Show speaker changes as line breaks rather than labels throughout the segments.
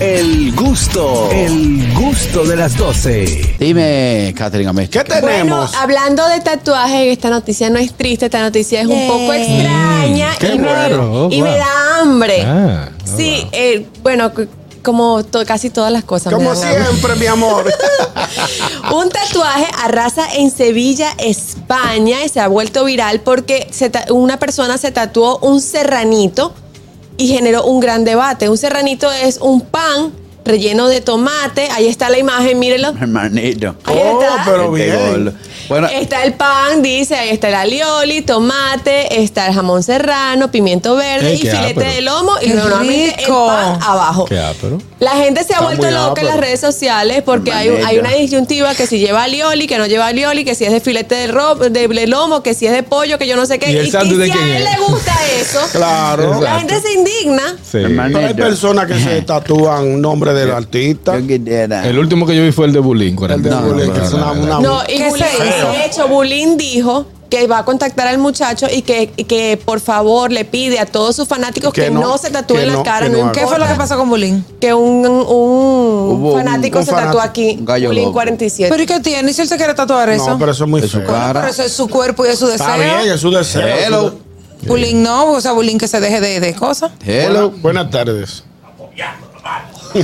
El gusto, el gusto de las 12.
Dime, Catherine Amés.
¿Qué
Bueno,
tenemos?
hablando de tatuajes, esta noticia no es triste, esta noticia es un poco extraña
Mm, qué
y, me,
raro,
y
wow.
me da hambre.
Ah,
sí, eh, bueno, c- como to- casi todas las cosas. me
Como
dan hambre.
siempre, mi amor.
Un tatuaje arrasa en Sevilla, España, y se ha vuelto viral porque se ta- una persona se tatuó un serranito y generó un gran debate. Un serranito es un pan relleno de tomate. Ahí está la imagen, mírenlo.
Hermanito.
Ahí está.
Oh, pero
Este
bien. Este,
gol. Bueno,
Está el pan, dice, ahí está el alioli, tomate, está el jamón serrano, pimiento verde
Ey,
y
qué
filete
ápero.
de lomo y
Qué
luego nuevamente
rico.
el pan abajo.
Qué ápero.
La gente se ha
Está
vuelto
muy
loca en las
ápero.
redes sociales porque hay,
Manella.
hay una disyuntiva que si lleva alioli, que no lleva alioli, que si es de filete de, ro- de- de lomo, que si es de pollo, que yo no sé qué.
¿Y el
que
sándwich de
si
quién
a él
es?
le gusta eso,
Claro.
la gente se indigna.
Sí.
Hermanito.
Pero
Hay personas que se tatúan nombre del artista.
yo quisiera.
El último que yo vi fue el de Bulín. con
El de
No,
Bulín,
no,
que
no,
es
no,
una-
no.
una-
No, y
¿Qué
Bulín,
se hizo?
de hecho, Bulín dijo que va a contactar al muchacho y que, y que por favor le pide a todos sus fanáticos que,
Que
no,
no,
se tatúen
que
la
no,
cara.
que
no
no haga.
¿Qué fue lo que
importa
pasó con Bulín?
Que un, un
Hubo un-
fanático
un
se tatuó
fanático,
aquí,
un gallo
Bulín
loco.
47.
¿Pero y qué tiene? ¿Y si él se quiere tatuar eso?
No, pero eso es muy
Es su
feo.
cara.
Pero eso es su cuerpo y es su
Está bien,
deseo.
es su deseo.
Hello.
Su-
Bulín no, o sea, Bulín que se deje de, de cosas.
Hello.
Buena- buenas tardes.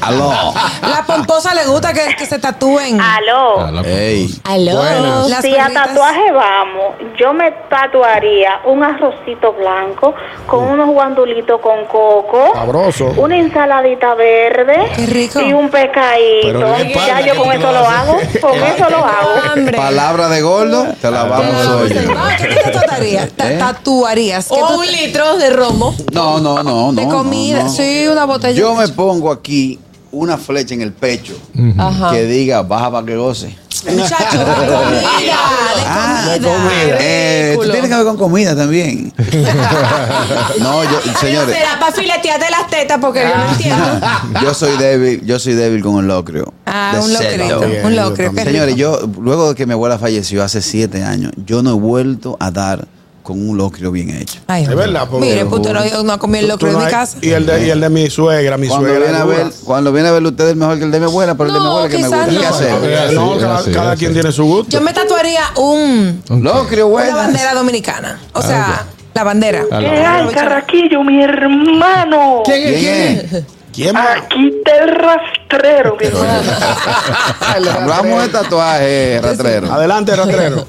Aló.
Ah,
La pomposa le gusta que, que se tatúen.
Aló.
Ey.
Aló.
Buenas.
Las
Si a
perritas.
tatuaje vamos, yo me tatuaría un arrocito blanco con unos guandulitos con coco,
Sabroso.
una ensaladita verde
Qué rico.
y un pescadito.
Pero bien
Ya
pana
yo
que
con
tú
eso
lo
lo hago,
haces.
con eso lo hago.
Hambre.
Palabra de gordo, te la vamos
Ah,
hoy.
¿Qué te tatuarías? Ta-
¿Eh?
¿Tatuarías? ¿Qué
O
tú-
un litro de romo.
No, no, no, no.
de
no,
comida?
no.
Sí, una botella.
Yo me pongo aquí una flecha en el pecho
Ajá.
que diga baja para que goce.
Muchacho, de
Ah,
comida, de comida.
Eh, tú
Ridículo.
tienes que ver con comida también. no, yo, señores.
Será para filetearte las tetas porque yo no entiendo.
Yo soy débil, yo soy débil con el locrio.
Ah,
De
un
cerdo.
locrito.
Bien,
Un
yo
locrio. qué
también.
Señores, yo luego de que mi abuela falleció hace siete años, yo no he vuelto a dar con un locrio bien hecho.
Ay,
Es verdad, porque-
Mire, puto, no, yo no comí el
Tú- tú
locro en
no
mi
hay-
casa.
Y el de, y el de mi suegra, mi
Cuando
suegra.
viene, a
dura.
ver, cuando viene a ver usted es mejor que el de mi abuela, pero el de mi
No,
abuela que me
quizás
gusta. ¿Qué
no.
Era
hacer?
Eh,
así,
no,
era
cada,
así,
cada
era
quien
así.
tiene su gusto.
Yo me tatuaría un,
Locrio,
una
buena.
bandera dominicana.
Ah,
O sea, la bandera.
Aló.
¿Qué hay, Carraquillo, mi hermano?
¿Quién es? Ah,
¿Quién más?
Aquí está el rastrero, mi hermano.
Hablamos de tatuaje, rastrero.
Adelante, rastrero.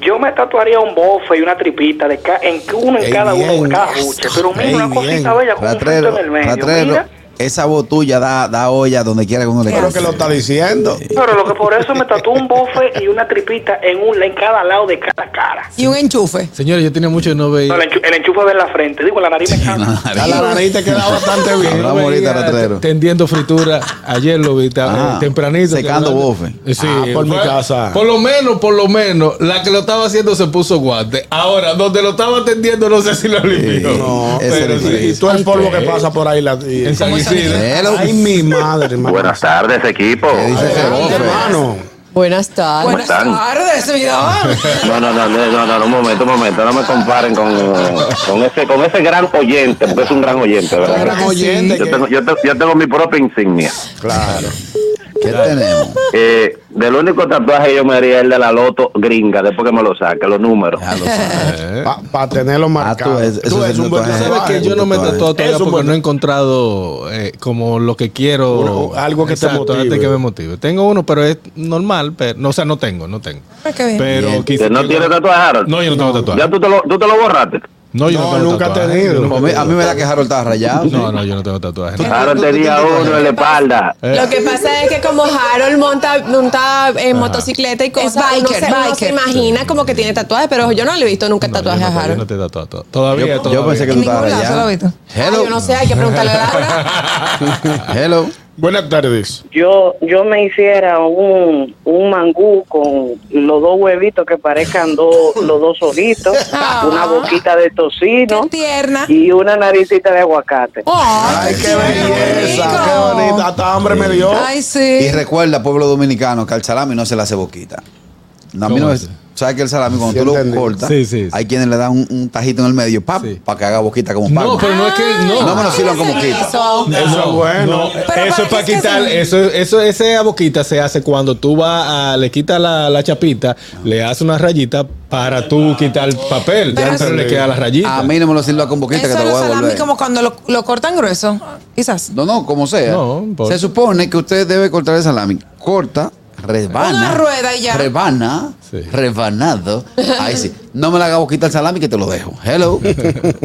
Yo me tatuaría un bofe y una tripita de ca- en uno en
Ey,
cada uno
bien.
de cada buche, pero mira
Ey,
una cosita
bien.
bella con un fruto
Rastrero,
en el medio.
rastrero.
Mira,
Esa botulla da, da olla donde quiera que uno le
Pero que
quede.
lo está diciendo.
pero lo que por eso me tatuó un bofe y una tripita en un en cada lado de cada cara.
Y un enchufe.
Señores, yo tenía mucho que no veía.
No, el, enchu- el enchufe de la frente, digo, la nariz me cansa.
A la nariz te queda bastante bien.
Hablamos ahorita, rastrero.
Tendiendo fritura. Ayer lo vi ta-
Ah,
tempranito.
secando bofe.
Eh, Sí,
Ah, por mi casa.
Por lo menos, por lo menos, la que lo estaba haciendo se puso guante. Ahora, donde lo estaba tendiendo, no sé si lo limpió.
No,
Ese
pero
es
y- y,
difícil.
todo el polvo que pasa por ahí. La, y-
En San Isidro.
Hello.
Ay, mi madre, hermano.
Buenas tardes,
Oh.
equipo.
Eh, ¿Qué dice ese
Ay,
bofe?
hermano.
Buenas tardes.
Buenas
están?
tardes, mi amor.
No, no, no, no, no, no, un momento, un momento, no me comparen con, con ese con ese gran oyente, porque es un gran oyente,
Gran
¿verdad?
oyente.
Yo
que-
tengo, yo, tengo, yo tengo mi propia insignia.
Claro.
¿Qué tenemos?
Eh, del único tatuaje que yo me haría es el de la loto gringa, después que me lo saque, los números.
Ah,
Ya lo sabes.
Para tenerlo marcado.
tú es- eso es un
buen
tatuaje.
¿Sabes
tatuaje.
que yo no me he tatuado todavía
Es un
porque
buen-
no he encontrado eh, como lo que quiero?
Uno- algo que te motive.
antes que me motive. Tengo uno, pero es normal. Pero, no, o sea, no tengo, no tengo.
Ay, qué bien.
Pero
¿Que
quizás.
¿No tiene tatuaje, Harold?
No, yo no tengo tatuaje.
¿Ya tú te, lo, tú te lo borraste?
No, yo no,
No,
tengo
nunca he
tatuaje.
tenido.
Yo
A
nunca-
mí, a mí me da que Harold estaba rayado.
No, no, yo no tengo tatuaje. no.
Harold tenía uno en la espalda.
Eh,
Lo que pasa es que como Harold monta, monta en motocicleta y cosas, uno
biker,
se, uno se
biker.
imagina como que tiene tatuajes, pero yo no le he visto nunca
no, yo
tatuajes
no te-
a
yo
Harold.
no te he tatuado to- Todavía,
Yo,
todavía.
yo pensé que tú
En ningún
estabas
lado,
rayado.
solamente.
Ay,
Hello.
yo no sé, hay que preguntarle a Laura.
Hello.
Buenas tardes.
Yo, yo me hiciera un, un mangú con los dos huevitos que parezcan dos, los dos solitos,
Ah.
una boquita de
Qué
tocino
tierna.
y una naricita de aguacate.
Ay,
Oh.
Ay, qué belleza. Qué
rico.
bonita. Hasta hambre me dio.
Ay,
Y
sí.
recuerda, pueblo dominicano, que al salami no se le hace boquita. No, a mí
¿Cómo
no
es?
es- O sabes que el salami cuando
Sí,
tú
entendí.
lo cortas,
Sí, sí, sí.
hay quienes le dan un, un tajito en el medio para
Sí.
que haga boquita como palma.
No, pero no es que. No,
no me lo sirvan como
Hacen
quita.
eso.
Eso es bueno.
Pero
eso
para
es para
qué es que
quitar,
hacen-
eso, eso, ese a boquita se hace cuando tú vas a, le quitas la, la chapita, le haces una rayita para tú quitar el papel,
Pero
pero,
eso-
le queda la rayita.
A mí no me lo sirvan con boquita que
Eso
te
es
lo
los
voy a
salami
devolver.
como cuando lo, lo cortan grueso, quizás.
No, no, como sea.
No, no importa.
Se supone que usted debe cortar el salami. Corta, rebana.
Una rueda y ya.
Rebana,
Sí.
rebanado. Ahí sí. No me la haga boquita el salami que te lo dejo. Hello.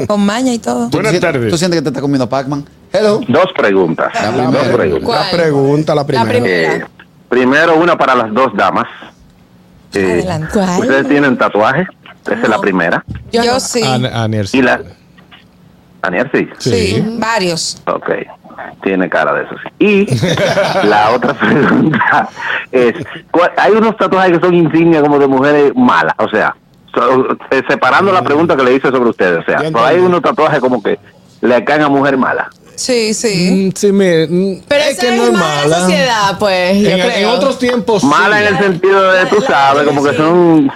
Con maña y todo.
¿Tú
Buenas
sientes-
tardes.
¿Tú sientes que te está comiendo Pac-Man? Hello.
Dos preguntas.
La
Dos
primera.
preguntas.
La pregunta, la primera.
primera.
Eh, primero, una para las dos damas. Eh,
Adelante.
¿Cuál?
¿Ustedes tienen tatuajes? Esa es la primera.
Yo, sí.
A- a Nierce.
Y la. Daniel, sí.
sí. Varios.
Ok, tiene cara de eso. sí. Y la otra pregunta es, ¿cuál- hay unos tatuajes que son insignia como de mujeres malas, o sea, so- eh, separando la pregunta que le hice sobre ustedes, o sea,
Ya
pero hay
entendí.
unos tatuajes como que le caen a mujer mala.
Sí, sí.
Mm, Sí, mire, mm,
Pero
es ¿ah?
esa
que no es
mala
mala.
sociedad, pues.
En,
yo
en
creo.
otros tiempos. sí.
Mala en el sentido de, tú sabes, como que son...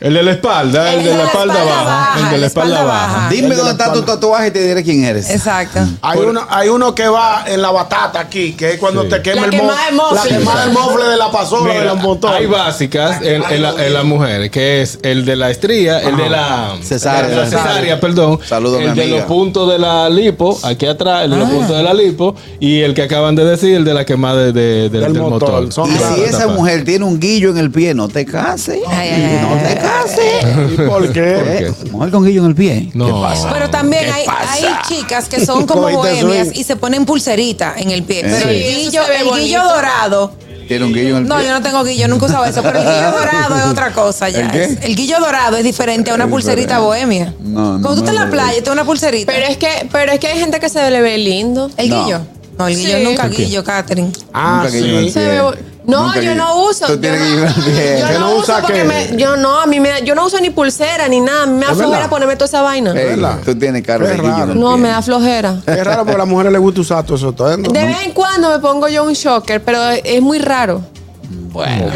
El de la espalda, el, de la espalda, baja, El de la espalda baja.
Ah,
Dime dónde está tu tatuaje y te diré quién eres.
Exacto.
Hay uno, hay uno que va en la batata aquí, que es cuando
Sí.
te quema
La
el
quemada de
mofle. La
mofle.
quemada del mofle de la pasola, de
Mira,
los montones.
hay básicas en, en la- en las mujeres, que es el de la estría, el de la
Cesárea.
de la cesárea, perdón,
Saludos, mi
el de
amiga.
los puntos de la lipo, aquí atrás, el de los puntos de la lipo, y el que acaban de decir, el de la quemada de, de- del,
Del
del
motor.
motor.
Son
Y
Claro,
si esa mujer tiene un guillo en el pie, no te cases.
Ay, ay, ay,
no
ay,
te cases.
¿Y por qué?
Eh, Mujer con guillo en el pie.
No.
¿Qué pasa?
Pero también hay, hay chicas que son como
Cogiste
bohemias
swing.
y se ponen pulserita en el pie. Pero
Sí.
el
Eso
guillo,
se ve
el guillo
bonito.
dorado.
Tiene un guillo en el
No,
pie.
yo no tengo guillo, nunca usaba eso. Pero el guillo dorado es otra cosa ya.
¿El qué?
Es- El guillo dorado es diferente a una pulserita bohemia.
No, no,
Cuando tú estás en
no,
la
no.
playa, tú una pulserita.
Pero es que, pero es que hay gente que se le ve lindo.
el
No.
guillo. No, el guillo
Sí.
nunca
¿El qué?
guillo, Catherine.
Ah,
Nunca guillo en el
sí.
Se ve bo- no,
Nunca
yo
guillo.
no uso.
Tú
yo
tienes
no-
guillo en el pie.
Yo
¿Que
no,
no usa
uso porque
qué?
me- yo no, a mí me da- yo no uso ni pulsera ni nada. Me da
¿Es
flojera
verdad?
ponerme toda esa vaina.
Ey,
¿Verdad?
tú tienes cara
Qué
de guillo en
raro.
el
No,
pie.
me da flojera.
Es raro porque a las mujeres les gusta usar todo eso. ¿está viendo?
De vez en cuando me pongo yo un shocker, pero es muy raro.
Bueno.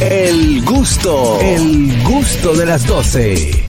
El gusto, el gusto de las 12.